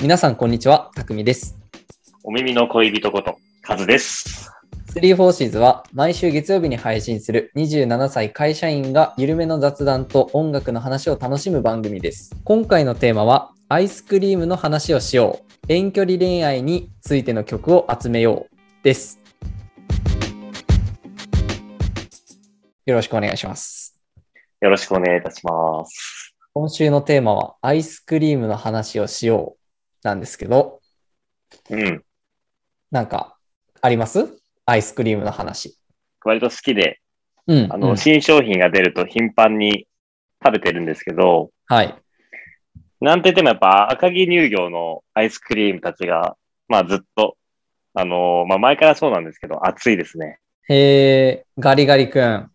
皆さん、こんにちは。たくみです。お耳の恋人こと、カズです。 34シーズは毎週月曜日に配信する27歳会社員が緩めの雑談と音楽の話を楽しむ番組です。今回のテーマはアイスクリームの話をしよう。遠距離恋愛についての曲を集めよう。です。よろしくお願いします。よろしくお願いいたします。今週のテーマはアイスクリームの話をしようなんですけど、うん。なんかありますアイスクリームの話。割と好きで、うん。あうの、ん新商品が出ると頻繁に食べてるんですけど、はい。なんて言ってもやっぱ赤城乳業のアイスクリームたちが、まあずっと、あのまあ前からそうなんですけど、熱いですね。へえ、ガリガリ君。は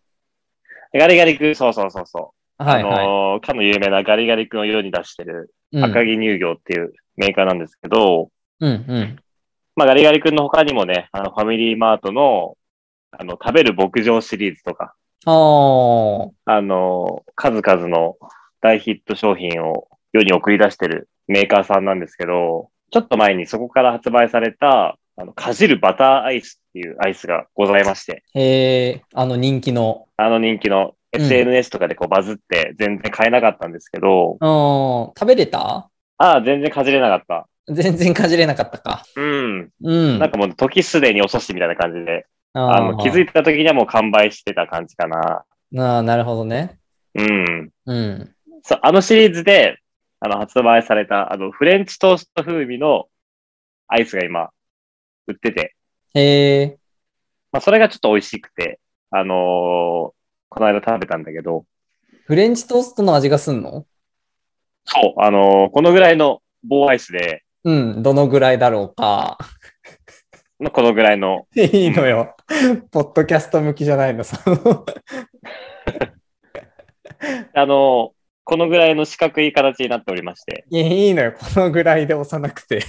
ガリガリ君、そうそうそうそう。いあはのかの有名なガリガリ君を世に出してるい。赤城乳業っていうメーカーなんですけど、うん、うん、まあ、ガリガリ君の他にもね、あの、ファミリーマートの、あの、食べる牧場シリーズとか、うん。ああ、あの、数々の大ヒット商品を世に送り出してるメーカーさんなんですけど、ちょっと前にそこから発売された、あの、かじるバターアイスっていうアイスがございまして、へえ、あの人気の。あの人気のん SNS とかでこうバズって全然買えなかったんですけど、うん、食べれたああ、全然かじれなかった。全然かじれなかったか。うん。うん。なんかもう時すでに遅しみたいな感じで、あの、気づいいた時にはもう完売してた感じかな。あーなるほどね。うん。うん。そう、あのシリーズで、あの、発売された、あの、フレンチトースト風味のアイスが今、売ってて、へえ、まあ、それがちょっと美味しくて、あのーこの間食べたんだけど、フレンチトーストの味がすんのそう、あのーこのぐらいの棒アイスで、うん、どのぐらいだろうか。 まあこのぐらいの、いいのよ。 ポッドキャスト向きじゃないの、その。あのーこのぐらいの四角い形になっておりまして、 いやいいのよ、このぐらいで押さなくて。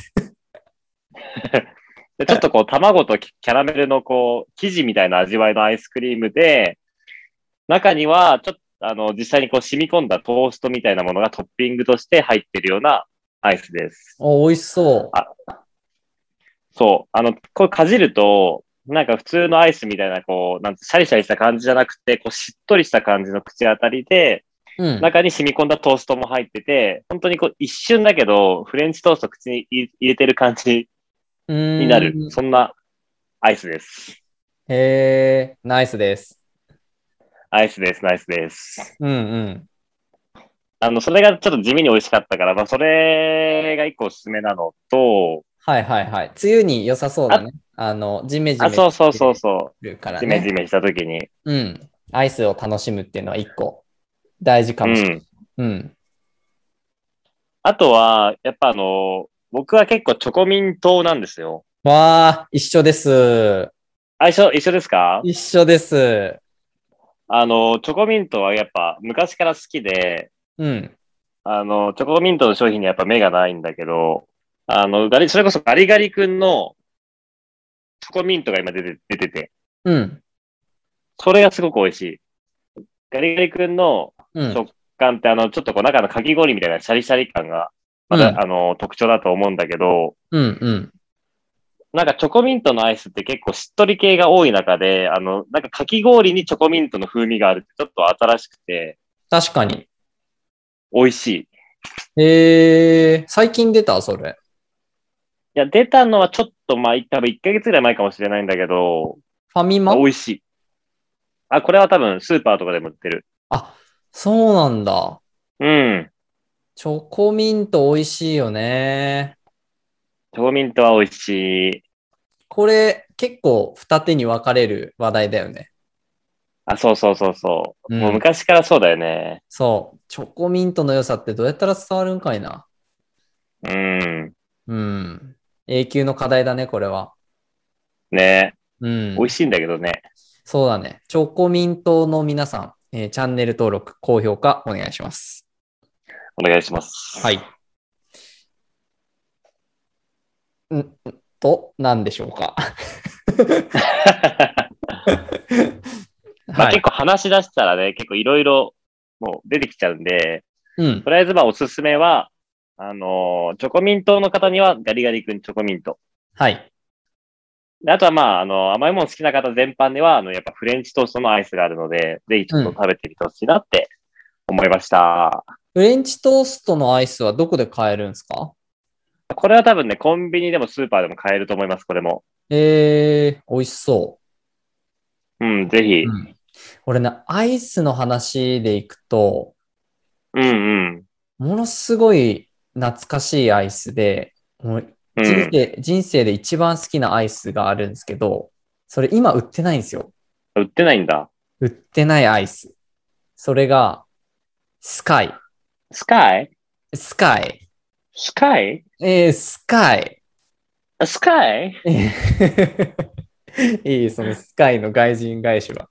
でちょっとこう、卵とキキャラメルのこう、生地みたいな味わいのアイスクリームで、中には、ちょっと、あの、実際にこう、染み込んだトーストみたいなものがトッピングとして入ってるようなアイスです。お、美味しそう。あそう。あの、これかじると、なんか普通のアイスみたいな、こう、なんてシャリシャリした感じじゃなくて、こう、しっとりした感じの口当たりで、うん。中に染み込んだトーストも入ってて、本当にこう、一瞬だけど、フレンチトースト口に入れてる感じにになる、そんなアイスです。へえ、ナイスです。アイスです、ナイスです。うんうん。あの、それがちょっと地味に美味しかったから、まあ、それが一個おすすめなのと、はいはいはい。梅雨に良さそうだね。あの、ジメジメあ、そうそうそうそするかう、らジメジね。メした時に、うん。アイスを楽しむっていうのは一個大事かうもしれない。ん。うん。あとは、やっぱあの、僕は結構チョコミン党なんですよ。わあ、一緒です。相性一緒ですか一緒です。あの、チョコミントはやっぱ昔から好きで、うん。あの、チョコミントの商品にはやっぱ目がないんだけど、あの、ガリ、それこそガリガリ君のチョコミントが今出て、出てて、うん。それがすごく美味しい。ガリガリ君のうん。食感ってあの、ちょっとこう中のかき氷みたいなシャリシャリ感が、まだ、うんあの、特徴だと思うんだけど、うん。うん。なんかチョコミントのアイスって結構しっとり系が多い中で、あの、なんかかき氷にチョコミントの風味があるってちょっと新しくて、確かに。美味しい。いへえ、最近出たそれ。や、出たのはちょっと、まあ、多分1ヶ月ぐらい前かもしれないんだけど、ファミマまあ、美味しい。あ、これは多分スーパーとかでも売ってる。あ、そうなんだ。うん。チョコミント美味しいよね。チョコミントは美味しい。これ結構二手に分かれる話題だよね。あ、そうそうそうそう。うんもう昔からそうだよね。そう。チョコミントの良さってどうやったら伝わるんかいな。うん。うん。永久の課題だね、これは。ねうん。美味しいんだけどね。そうだね。チョコミントの皆さん、えーチャンネル登録、高評価お願いします。お願いします。はい。んんと、何でしょう か。まあ、は結い。構話し出したらね、結構いろいろもう出てきちゃうんで、うんと。りあえずまあおすすめは、あのーチョコミントの方にはガリガリ君チョコミント。はい。であとはまあ、あの、甘いもの好きな方全般では、あの、やっぱフレンチトーストのアイスがあるので、ぜひちょっと食べてみてほしいなって思いました。フレンチトーストのアイスはどこで買えるんですかこれは多分ね、コンビニでもスーパーでも買えると思います、これも。えー、美味しそうん、ぜひう。。俺ね、アイスの話でいくと、うんうん。ものすごい懐かしいアイスで、もうう人ん。生、人生で一番好きなアイスがあるんですけど、それ今売ってないんですよ。売ってないんだ。売ってないアイス。それが、スカイ。スカイスカイ。スカイえー、スカイ。 スカイえーいい、そのスカイの外人返し は。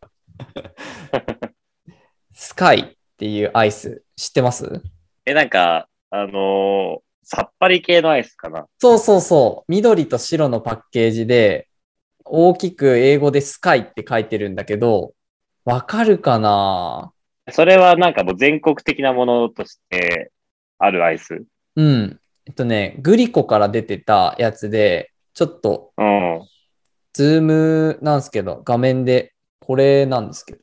スカイっていうアイス、知ってますえ、なんか、あのーさっぱり系のアイスかな。そうそうそう。緑と白のパッケージで、大きく英語でスカイって書いてるんだけど、わかるかなそれはなんかもう全国的なものとしてあるアイス。うん。えっとね、グリコから出てたやつで、ちょっとうん。ズームなんですけど、画面でこれなんですけど。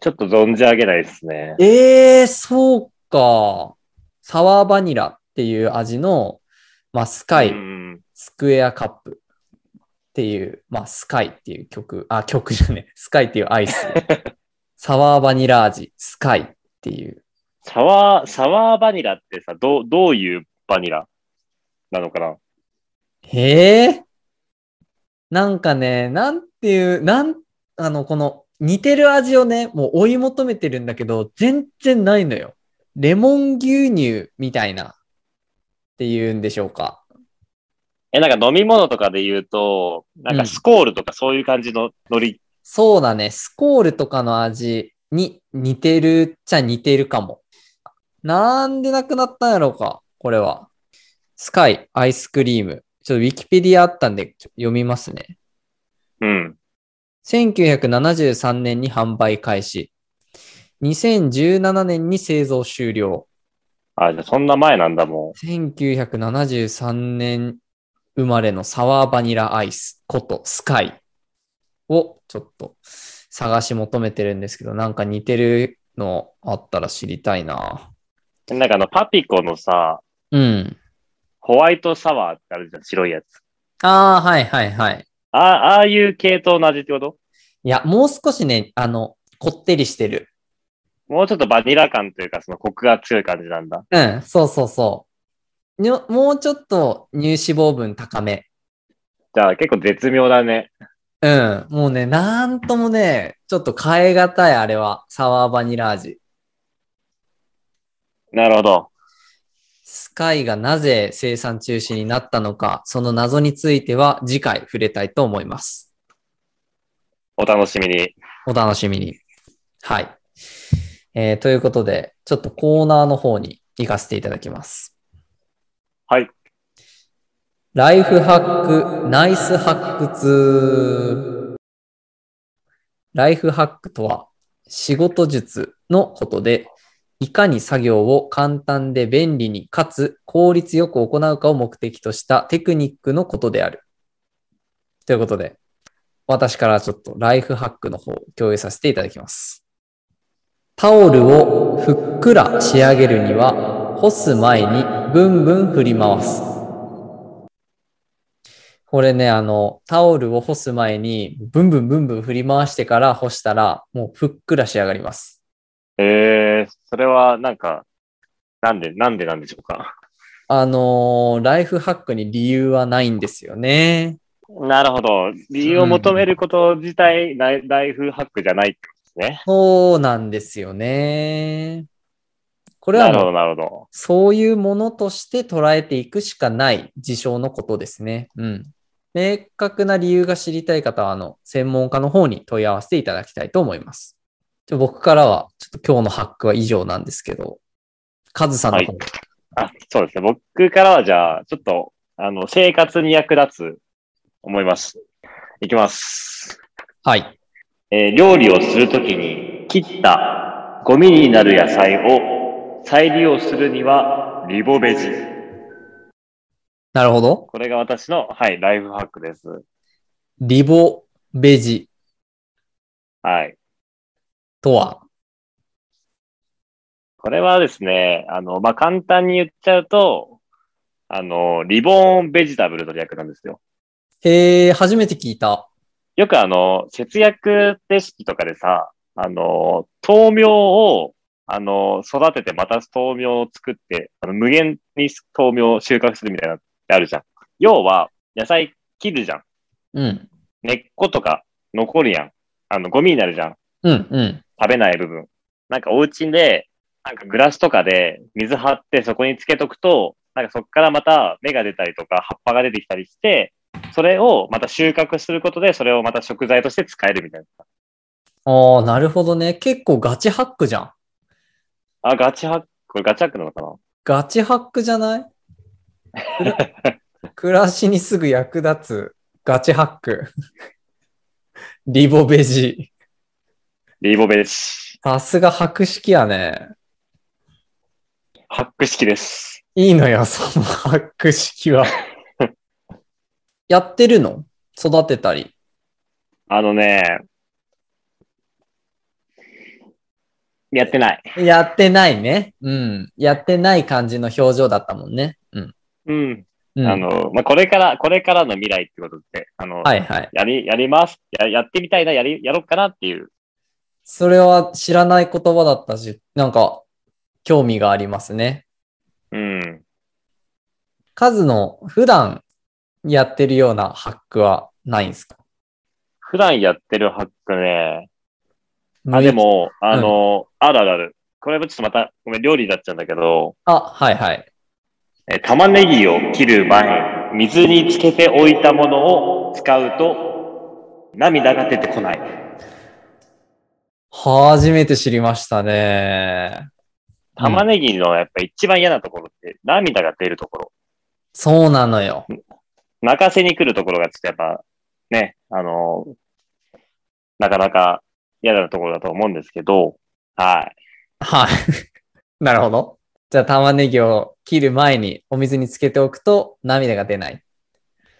ちょっと存じ上げないですね。えー、そうか。サワーバニラっていう味の、まあ、スカイ、うんスクエアカップっていう、まあ、スカイっていう曲、あ、曲じゃねえ、スカイっていうアイス。サワーバニラ味、スカイっていう。サワー、サワーバニラってさ、どう、どういうバニラなのかなへえ。なんかね、なんていう、なん、あの、この似てる味をね、もう追い求めてるんだけど、全然ないのよ。レモン牛乳みたいなっていうんでしょうか。え、なんか飲み物とかで言うと、なんうんかスコールとかそういう感じのノリ。そうだね、スコールとかの味に似てるっちゃ似てるかも。なんでなくなったんやろうか、これは。スカイ、アイスクリーム。ちょっとウィキペディアあったんでちょ読みますね。うん。 1973年に販売開始。2017年に製造終了。あ、じゃあそんな前なんだも1973年生まれのサワーバニラアイスことスカイをちょっと探し求めてるんですけど、なんか似てるのあったら知りたいな。ん。なんかあの、パピコのさ、うん。ホワイトサワーってあるじゃん、白いやつ。ああ、はいはいはい。あああいう系統の味ってこといや、もう少しね、あの、こってりしてる。もうちょっとバニラ感というか、そのコクが強い感じなんだ。うん、そうそうそう。にょもうちょっと乳脂肪分高め。じゃあ結構絶妙だね。うん。もうね、なんともね、ちょっと変え難い、あれは。サワーバニラ味。なるほど。スカイがなぜ生産中止になったのか、その謎については次回触れたいと思います。お楽しみに。お楽しみに。はい。えーということで、ちょっとコーナーの方に行かせていただきます。はい。ライフハック、ナイスハック2。ライフハックとは、仕事術のことで、いかに作業を簡単で便利にかつ効率よく行うかを目的としたテクニックのことである。ということで、私からちょっとライフハックの方を共有させていただきます。タオルをふっくら仕上げるには、干す前にブンブン振り回す。これね、あの、タオルを干す前に、ブンブンブンブン振り回してから干したら、もうふっくら仕上がります。えー、それはなんか、なんで、なんでなんでしょうか。あのーライフハックに理由はないんですよね。なるほど。理由を求めること自体、ライライフハックじゃないってことですね。そうなんですよね。これなはるもほど、うなるほど。そういうものとして捉えていくしかない事象のことですね。うん。明確な理由が知りたい方は、あの、専門家の方に問い合わせていただきたいと思います。ちょ僕からは、ちょっと今日のハックは以上なんですけど、カズさんの方、はあ、そうですね。僕からはじゃあ、ちょっと、あの、生活に役立つ、思います。いきます。はい。えー料理をするときに切ったゴミになる野菜を再利用するにはリボベジ。なるほど。これが私の、はい、ライフハックです。リボベジはい。とはこれはですね、あの、まあ、簡単に言っちゃうと、あの、リボーンベジタブルと略なんですよ。へえ、初めて聞いた。よくあの、節約レシピとかでさ、あの、豆苗を、あの、育ててまた豆苗を作って、あの無限に豆苗を収穫するみたいなのってあるじゃん。要は、野菜切るじゃん。うん。根っことか残るやん。あの、ゴミになるじゃん。うん、うん。食べない部分。なんかお家で、なんかグラスとかで水張ってそこにつけとくと、なんかそこからまた芽が出たりとか葉っぱが出てきたりして、それをまた収穫することで、それをまた食材として使えるみたいな。ああ、なるほどね。結構ガチハックじゃん。あ、ガチハック、これガチハックなのかなガチハックじゃないくら暮らしにすぐ役立つガチハック。リボベジ。リーボベです。さすが博識やね。ハック式です。いいのよ、そのハック式 は。やってるの育てたり。あのね、やってない。やってないね。うん。やってない感じの表情だったもんね。うん。うん。うん、あ、の、まあ、これから、これからの未来ってことで、あの、はいはい。やり、やります。ややってみたいな、やり、やろうかなっていう。それは知らない言葉だったし、なんか、興味がありますね。うん。カズの普段やってるようなハックはないんですか普段やってるハックね。あ、で。も、あの、あるあるある。これもちょっとまた、ごめん、料理になっちゃうんだけど、あ、はいはい。えー玉ねぎを切る前、水につけておいたものを使うと、涙が出てこない。初めて知りましたね。玉うんねぎのやっぱ一番嫌なところって、涙が出るところ。そうなのよ。泣かせに来るところがちょっとやっぱ、ね、あのーなかなか嫌なところだと思うんですけど、はい。はい。 なるほど。じゃあ玉ねぎを切る前にお水につけておくと涙が出ない。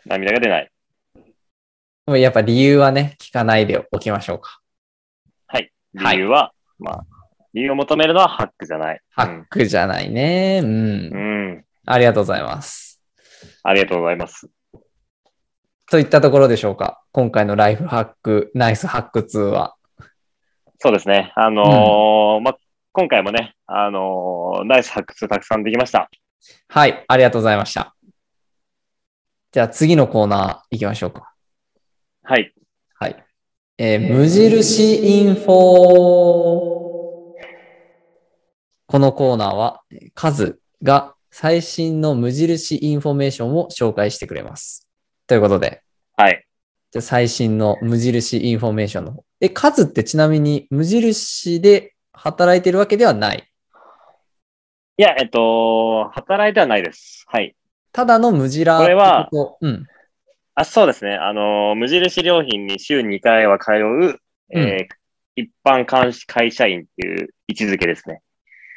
涙が出ない。でもやっぱ理由はね、聞かないでおきましょうか。はい理由は、まあ、理由を求めるのはハックじゃない。ハックじゃないね。う、うんん。うん。ありがとうございます。ありがとうございます。といったところでしょうか。今回のライフハック、ナイスハック2は。そうですね。あのーまあ、今回もね、あのーナイス発掘たくさんできました。はい、ありがとうございました。じゃあ次のコーナー行きましょうか。はい。はい。えー無印インフォこのコーナーは、えーカズが最新の無印インフォメーションを紹介してくれます。ということで、はい。じゃあ最新の無印インフォメーションの方。え、カズってちなみに無印で働いてるわけではない。いや、えっと、働いてはないです。はい。ただの無印これはうん。あ、そうですね。あのー無印良品に週2回は通う、えー一般監視会社員っていう位置づけですね。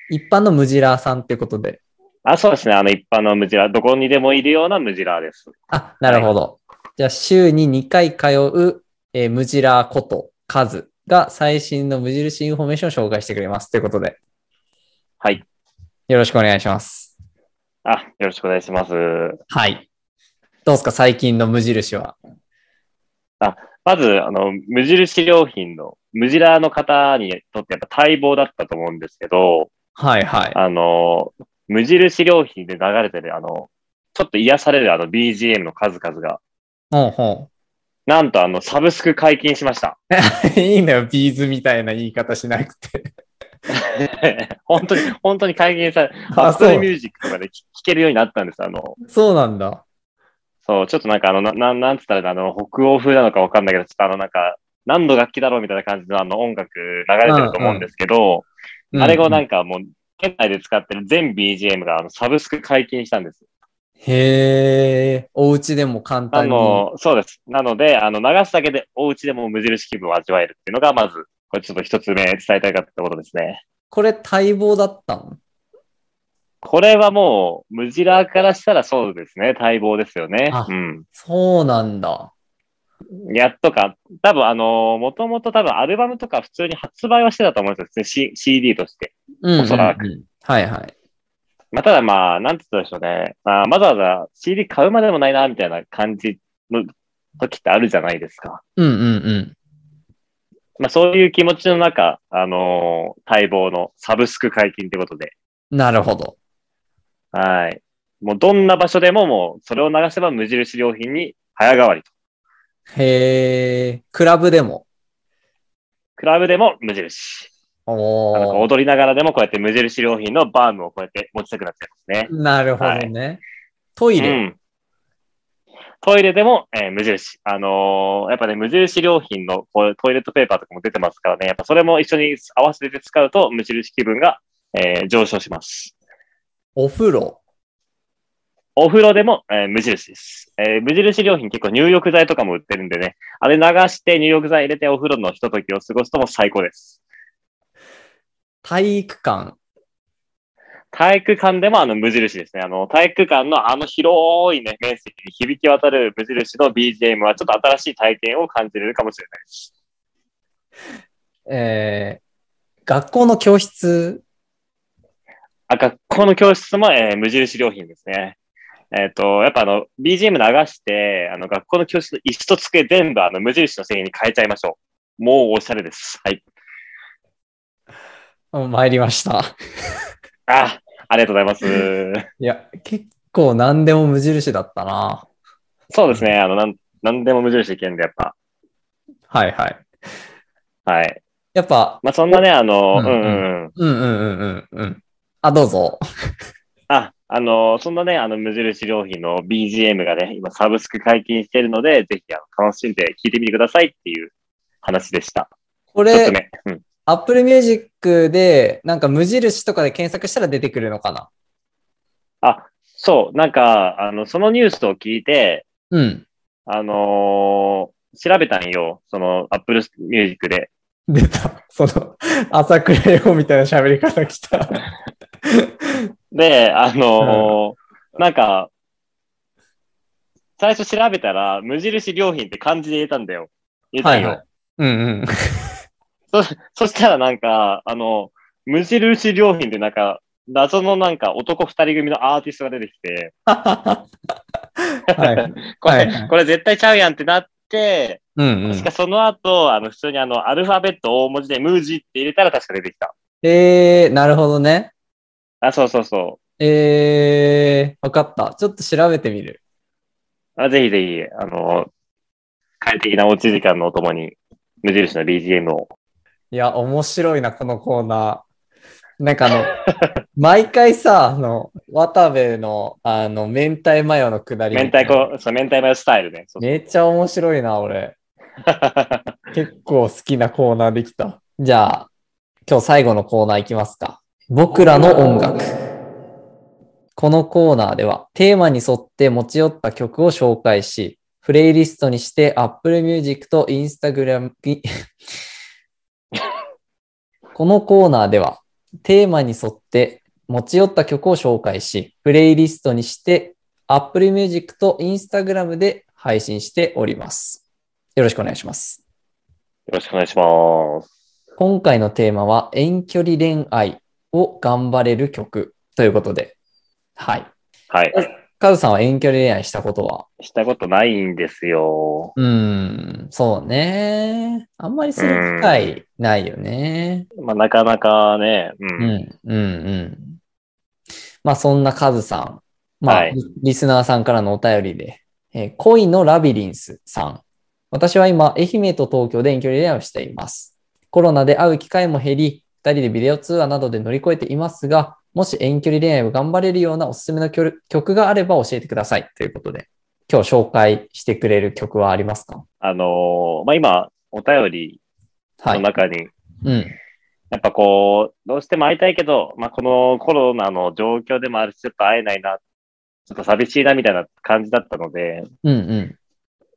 一般の無印さんってことで。あ、そうですね。あの、一般のムジラ、どこにでもいるようなムジラです。あ、なるほど。じゃあ、週に2回通う、えームジラーこと、カズが最新の無印インフォメーションを紹介してくれます。ということで。はい。よろしくお願いします。あ、よろしくお願いします。はい。どうですか、最近の無印は。まず、あの、無印良品の、無ジラの方にとってやっぱ待望だったと思うんですけど、はいはい。あの、無印良品で流れてる、あの、ちょっと癒されるあの BGM の数々が、ほうほなんとあの、サブスク解禁しました。 う。 いいのよ、ビーズみたいな言い方しなくて。本当に、本当に解禁され、あ、そ Apple う。 Music とかで聞聞けるようになったんです。あの、そうなんだ。そう、ちょっとなんかあの、ななん、なんつったらいいのあの、北欧風なのかわかんないけど、ちょっとあの、なんか、何の楽器だろうみたいな感じのあの音楽流れてると思うんですけど、あれをなうんんかもう、県内で使ってる全 BGM があのサブスク解禁したんです。へー。お家でも簡あ単に。の、そうです。なので、あの、流すだけでお家でも無印気分を味わえるっていうのが、まず、これちょっと一つ目伝えたいかったことですね。これ、待望だったのこれはもう、ムジラーからしたらそうですね。待望ですよねあ。うん。そうなんだ。やっとか、多分あのー、もともと多分アルバムとか普通に発売はしてたと思うんですよ、C、CD として。うん、おそらく。はいはい。まあ、ただまあ、なんて言ったらいいんでしょうね。まあ、わざわざ CD 買うまでもないな、みたいな感じの時ってあるじゃないですか。うんうんうん。まあ、そういう気持ちの中、あのー待望のサブスク解禁ってことで。なるほど。はい。もうどんな場所でももう、それを流せば無印良品に早変わりと。へえ、クラブでも。クラブでも無印。おなんかお。踊りながらでもこうやって無印良品のバームをこうやって持ちたくなっちゃいますね。なるほどね。トイレ。うん、トイレでも、えー無印。あのーやっぱね、無印良品のこうトイレットペーパーとかも出てますからね、やっぱそれも一緒に合わせて使うと、無印気分が、えー上昇します。お風呂。お風呂でも、えー無印です、えー無印良品結構入浴剤とかも売ってるんでね、あれ流して入浴剤入れてお風呂のひとときを過ごすともう最高です。体育館。体育館でもあの無印ですね。あの体育館のあの広いね、面積に響き渡る無印の BGM はちょっと新しい体験を感じれるかもしれないです。えー、学校の教室。あ、学校の教室も、えー無印良品ですね。えっ、と、やっぱあの、BGM 流して、あの、学校の教室の椅子と机全部あの、無印の製品に変えちゃいましょう。もうおしゃれです。はい。うん参りました。あ、ありがとうございます。 いや、結構何でも無印だったな。そうですね。あの、なん、なんでも無印いけんで、やっぱ。はいはい。はい。やっぱ、まあ、そんなね、あの、ううんんうんうん。うんうんうんうんうん。あ、どうぞ。あ、あの、そんなね、あの、無印良品の BGM がね、今、サブスク解禁してるので、ぜひ、あの、楽しんで聴いてみてくださいっていう話でした。こちょっれ、とね。うん。 Apple Music で、なんか無印とかで検索したら出てくるのかなあ、そう、なんか、あの、そのニュースを聞いて、うん。あのー調べたんよ。その、Apple Music で。出た。その、朝倉レオみたいな喋り方来た。で、あのーなんか、最初調べたら、無印良品って漢字で入れたんだよ。入れたんよ。はいはうんうん。そしたらなんか、あの、無印良品でなんか、謎のなんか男二人組のアーティストが出てきて、 はい。これ、はいはいこれ絶対ちゃうやんってなって、うん、うしんか。その後、あの、普通にあの、アルファベット大文字でムージって入れたら確か出てきた。えー、なるほどね。あ、そうそうそえー、わかった。ちょっと調べてみる。う。あぜひぜひ、あの、快適なおうち時間のお供に、無印の BGM を。いや、面白いな、このコーナー。なん かあの、毎回さ、あの、渡部の、あの、明太マヨのくだり。明太。子、そう、明太マヨスタイルね。そうめっちゃ面白いな、 俺。結構好きなコーナーできた。じゃあ、今日最後のコーナーいきますか。僕らの音楽。このコーナーでは、テーマに沿って持ち寄った曲を紹介し、プレイリストにして Apple Music と Instagram にこのコーナーでは、テーマに沿って持ち寄った曲を紹介し、プレイリストにして Apple Music と Instagram で配信しております。よろしくお願いします。よろしくお願いします。今回のテーマは遠距離恋愛を頑張れる曲ということで。はい。はい。カズさんは遠距離恋愛したことはしたことないんですよ。うーん、そうね。あんまりする機会ないよね。まあ、なかなかね、う。うん、うんん、うん。まあ、そんなカズさん。まあ、はいリリスナーさんからのお便りで、えー恋のラビリンスさん。私は今、愛媛と東京で遠距離恋愛をしています。コロナで会う機会も減り、2人でビデオ通話などで乗り越えていますが、もし遠距離恋愛を頑張れるようなおすすめの曲曲があれば教えてください。ということで、今日紹介してくれる曲はありますかあのーまあ、今、お便りはのい。中に、うん。やっぱこう、どうしても会いたいけど、まあ、このコロナの状況でもあるし、ちょっと会えないな、ちょっと寂しいな、みたいな感じだったので、うんうん。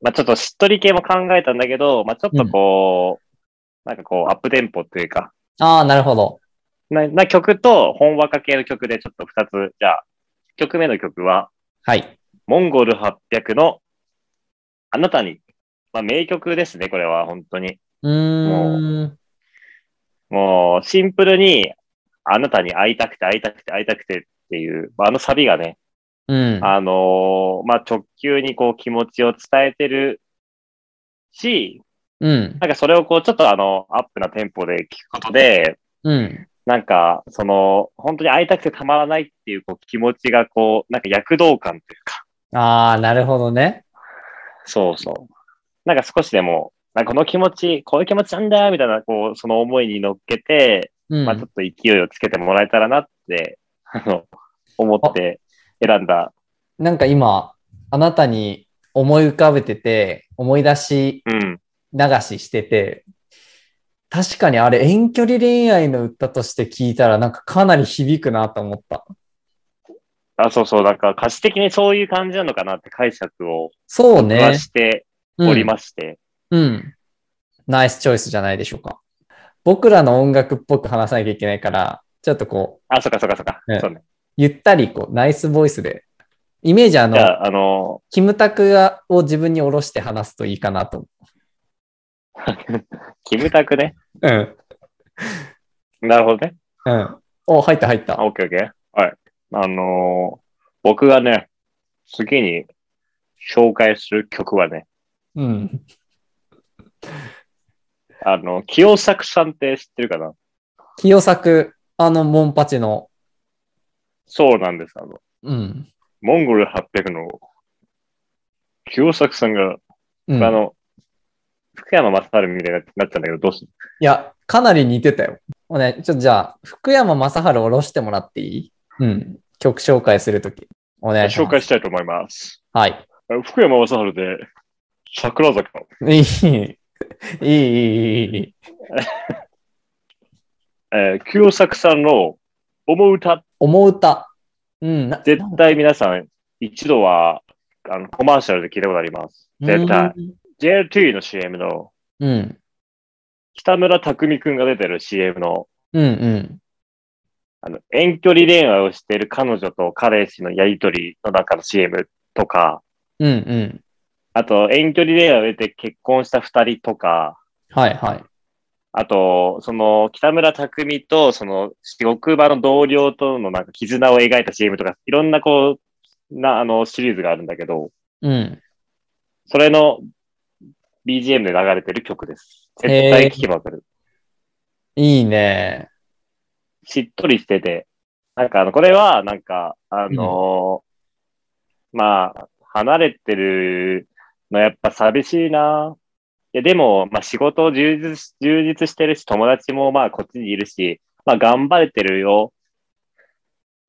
まあ、ちょっとしっとり系も考えたんだけど、まあ、ちょっとこう、なんかこう、アップテンポというか、ああ、なるほど。なな曲と、本和歌系の曲でちょっと二つ、じゃあ、一曲目の曲は、はい。モンゴル800の、あなたに、まあ、名曲ですね、これは、本当に。うーん。もう、シンプルに、あなたに会いたくて、会いたくて、会いたくてっていう、まあ、あのサビがね、うん。あのーまあ、直球にこう気持ちを伝えてるし、うん。なんかそれをこうちょっとあの、アップなテンポで聞くことで、うん。なんか、その、本当に会いたくてたまらないっていうこう気持ちがこう、なんか躍動感というか、ああ、なるほどね。そうそう。なんか少しでも、なんかこの気持ち、こういう気持ちなんだよ、みたいな、こう、その思いに乗っけて、うん。まあちょっと勢いをつけてもらえたらなって、 あの、思って選んだ。なんか今、あなたに思い浮かべてて、思い出しうん。流ししてて、確かにあれ遠距離恋愛の歌として聞いたらなんかかなり響くなと思った。あ、そうそう、なんか歌詞的にそういう感じなのかなって解釈をそう僕はね。してうんおりまして。うん。ナイスチョイスじゃないでしょうか。僕らの音楽っぽく話さなきゃいけないから、ちょっとこう、あ、そっかそっかそっか。ねそうね。ゆったりこう、ナイスボイスで。イメージあのじ、ゃあ、あの、キムタクがを自分に下ろして話すといいかなと思キムタクね。う。うん。なるほどね。うん。お、入った入ったあ、。オッケーオッケー。はい。あのー僕がね、次に紹介する曲はね、うん。あの、清作さんって知ってるかな清作、あの、モンパチの。そうなんです。あの、うん。モンゴル800の清作さんが、うん、あの、福山雅治みたいになっちゃうんだけど、どうするいや、かなり似てたよ。もうね、ちょっとじゃあ、福山雅治下ろしてもらっていいうん。曲紹介するとき。お願いします。紹介したいと思います。はい。福山雅治で、桜坂。いい。いい、いい、いい、いい。えー、清作さんの思う歌、思う歌。うん。な絶対皆さん一度はあのコマーシャルで聞いたことあります。絶対。。JT の CM のうん。うん、北村匠海くんが出てる CM のうん、うん。あの遠距離恋愛をしている彼女と彼氏のやりとりの中の CM とか、うん、うん。あと遠距離恋愛を得て結婚した二人とか、はい、はい。あと、その北村匠海とその職場の同僚とのなんか絆を描いた CM とか、いろんなこう、な、あのシリーズがあるんだけど、うん。それの BGM で流れてる曲です。絶対聴きまくる。いいね。しっとりしてて。なんかあの、これはなんか、あのーまあ、離れてるのやっぱ寂しいな。いや、でも、まあ仕事を充実し充実してるし、友達もまあこっちにいるし、まあ頑張れてるよ。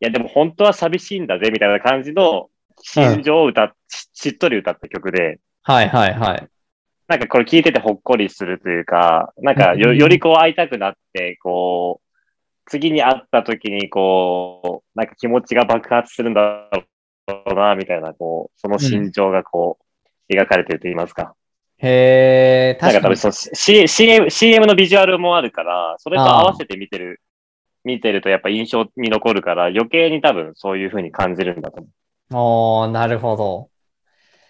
いや、でも本当は寂しいんだぜ、みたいな感じの心情を歌っ、ししっとり歌った曲で、はい、はい、はい。なんかこれ聞いててほっこりするというか、なんかようんよりこう会いたくなって、こう、次に会った時にこう、なんか気持ちが爆発するんだろうな、みたいな、こう、その心情がこう、描かれてると言いますか。へー、なんか確か多分に。その C- CM, CM のビジュアルもあるから、それと合わせて見てる、見てるとやっぱ印象に残るから、余計に多分そういう風に感じるんだと思おー、なるほど。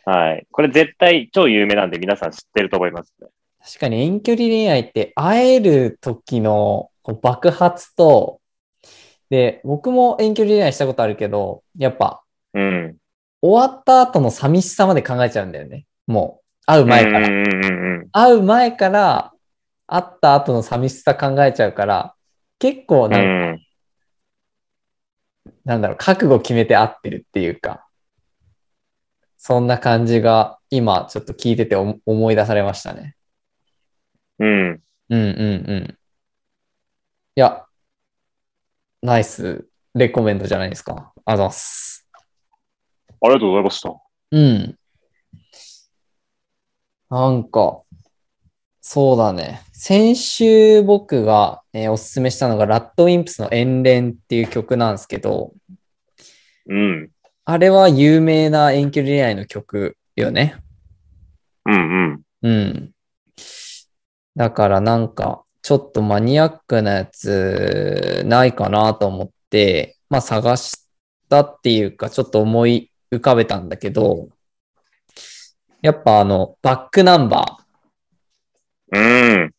う。はい。これ絶対超有名なんで皆さん知ってると思います、ね。確かに遠距離恋愛って会える時のこう爆発と、で、僕も遠距離恋愛したことあるけど、やっぱうん。終わった後の寂しさまで考えちゃうんだよね。もう、会う前から。うんうんうんうんうん。会う前から、会った後の寂しさ考えちゃうから、結構なん,、うんなんだろう、覚悟決めて会ってるっていうか、そんな感じが今ちょっと聞いてて思思い出されましたね。うん。うんうんうん。いや、ナイスレコメンドじゃないですか。ありがとうございます。ありがとうございました。うん。なんか、そうだね。先週僕が、えーおすすめしたのが、ラッドウィンプスの遠恋っていう曲なんですけど、うん。あれは有名な遠距離恋愛の曲よね。うんううん。ん。だからなんか、ちちょっとマニアックなやつないかなと思って、まあ探したっていうか、ちょっと思い浮かべたんだけど、やっぱあの、バックナンバーうん。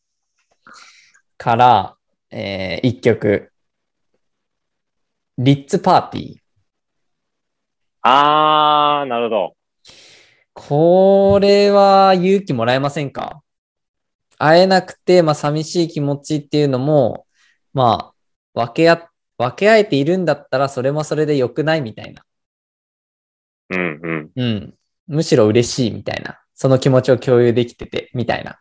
から、えー、一曲、リッツパーティー。あー、なるほど。これは勇気もらえませんか会えなくて、まあ、寂しい気持ちっていうのも、まあ、分けあ、分け合えているんだったら、それもそれで良くないみたいな。うんうん。うん。むしろ嬉しいみたいな。その気持ちを共有できてて、みたいな。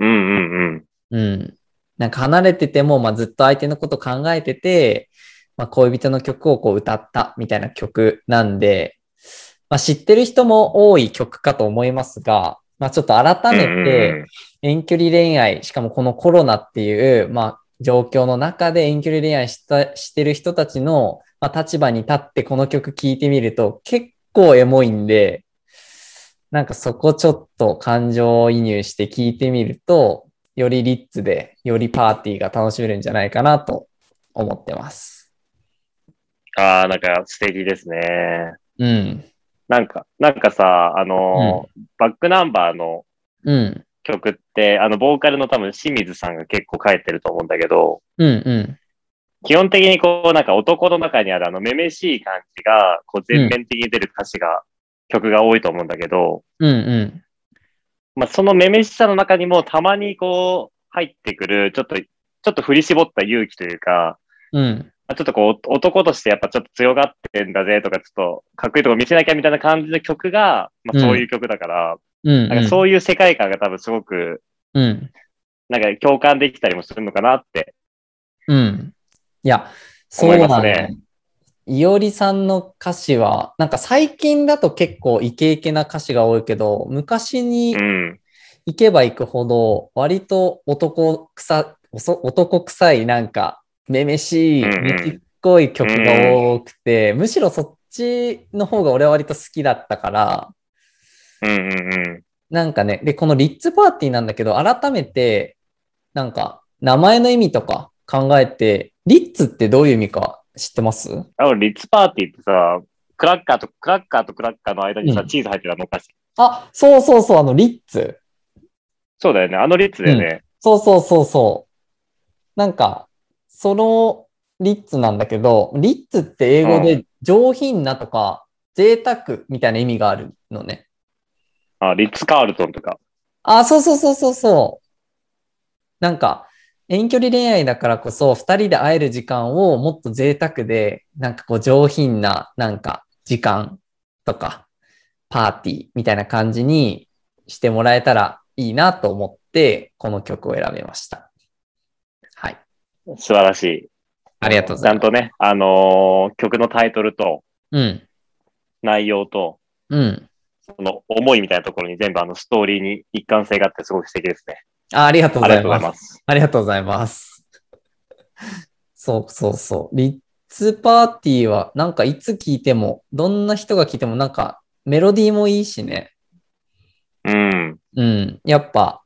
うんうんうん。うん。なんか離れてても、まあ、ずっと相手のこと考えてて、まあ、恋人の曲をこう歌ったみたいな曲なんで、まあ、知ってる人も多い曲かと思いますが、まあ、ちょっと改めて遠距離恋愛、しかもこのコロナっていう、まあ、状況の中で遠距離恋愛したしてる人たちの、まあ、立場に立ってこの曲聴いてみると結構エモいんで、なんかそこちょっと感情移入して聴いてみると、よりリッツで、よりパーティーが楽しめるんじゃないかなと思ってます。あー、なんか素敵ですね。うん。なんか、なんかさ、あのーバックナンバーのうん。曲って、あの、ボーカルの多分清水さんが結構書いてると思うんだけど、うんうん。基本的にこう、なんか男の中にあるあの、めめしい感じが、こう、全面的に出る歌詞が、曲が多いと思うんだけど、うんうん。まあ、そのめめしさの中にも、たまにこう、入ってくる、ちょっと、ちょっと振り絞った勇気というか、うん。あちょっとこう、男としてやっぱちょっと強がってんだぜとか、ちょっとかっこいいとこ見せなきゃみたいな感じの曲が、まあ、そういう曲だから、うん、なんかそういう世界観が多分すごく、うん。なんか共感できたりもするのかなって。うん。いや、そ思ういまなすんねだよ。いおりさんの歌詞は、なんか最近だと結構イケイケな歌詞が多いけど、昔にうん。行けば行くほど、割と男臭、おそ男臭いなんか、めめしい、うんうんみちっこい曲が多くて、むしろそっちの方が俺は割と好きだったから、うんうんうん。なんかね、で、このリッツパーティーなんだけど、改めて、なんか、名前の意味とか考えて、リッツってどういう意味か知ってますあの、リッツパーティーってさ、クラッカーと、クラッカーとクラッカーの間にさ、うんチーズ入ってるあのお菓子。あ、そうそうそう、あの、リッツ。そうだよね。あのリッツだよね。そうそうそうそう。なんか、そのリッツなんだけど、リッツって英語で上品なとか、贅沢みたいな意味があるのね。あ、リッツカールトンとか。あ、そうそうそうそうそう。なんか、遠距離恋愛だからこそ、二人で会える時間をもっと贅沢で、なんかこう上品な、なんか、時間とか、パーティーみたいな感じにしてもらえたらいいなと思って、この曲を選びました。はい。素晴らしい。ありがとうごちざゃいんます。とね、あのー曲のタイトルとうん。内容と、うん。その思いみたいなところに全部あのストーリーに一貫性があってすごく素敵ですね。あありがとうあごりざがいとうごまざいす。ます。ありがとうございます。そうそうそう。リッツパーティーは、なんかいつ聴いても、どんな人が聴いても、なんかメロディーもいいしね。うん。うん。やっぱ、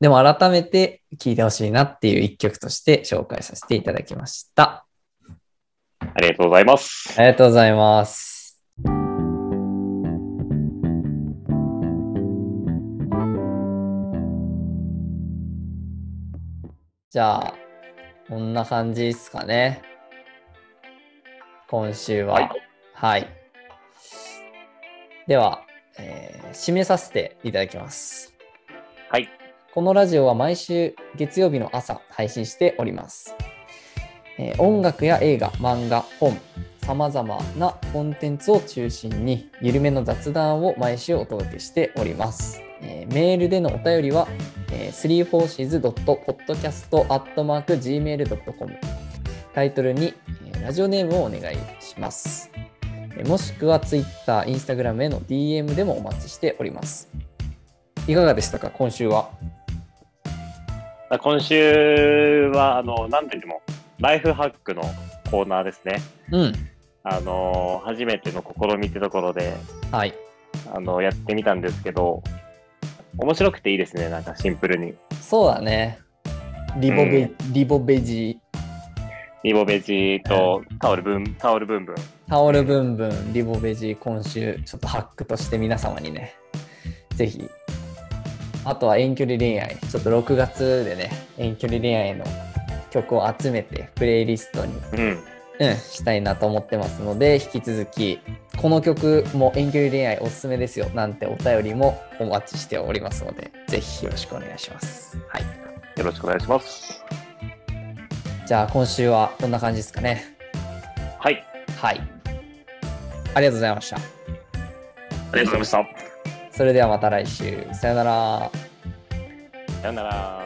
でも改めて聴いてほしいなっていう一曲として紹介させていただきました。ありがとうございますあ。りがとうございます。じゃあ、こんな感じですかね。今週は。ははいい。では、えー締めさせていただきます。はい。このラジオは毎週月曜日の朝配信しております。えー音楽や映画、漫画、本、さまざまなコンテンツを中心に、緩めの雑談を毎週お届けしております。えーメールでのお便りは、えー、3forces.podcast.gmail.com タイトルに、えーラジオネームをお願いします。えーもしくは Twitter、Instagram への DM でもお待ちしております。いかがでしたか、今週は。今週は、あの、なんといっても、ライフハックのコーナーですね。うん。あのー初めての試みってところで、はい。あのやってみたんですけど、面白くていいですね、なんかシンプルに。そうだね。リボベ、うリボベジリボベジとタオルブン、タオルブンブン。タオルブンブンリボベジ今週ちょっとハックとして皆様にねぜひあとは遠距離恋愛ちょっと6月でね遠距離恋愛の曲を集めてプレイリストに、うん。うん、したいなと思ってますので引き続きこの曲も遠距離恋愛おすすめですよなんてお便りもお待ちしておりますのでぜひよろしくお願いします。はい、よろしくお願いします。じゃあ今週はこんな感じですかね。はい。はい。ありがとうございました。ありがとうございましそれではまた来週。さよなら。た。さよなら。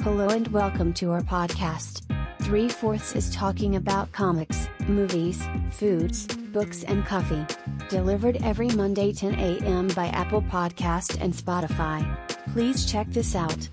Hello and welcome to our podcast. Three Fourths is talking about comics, movies, foods, books, and coffee. Delivered every Monday 10 a.m. by Apple Podcast and Spotify. Please check this out.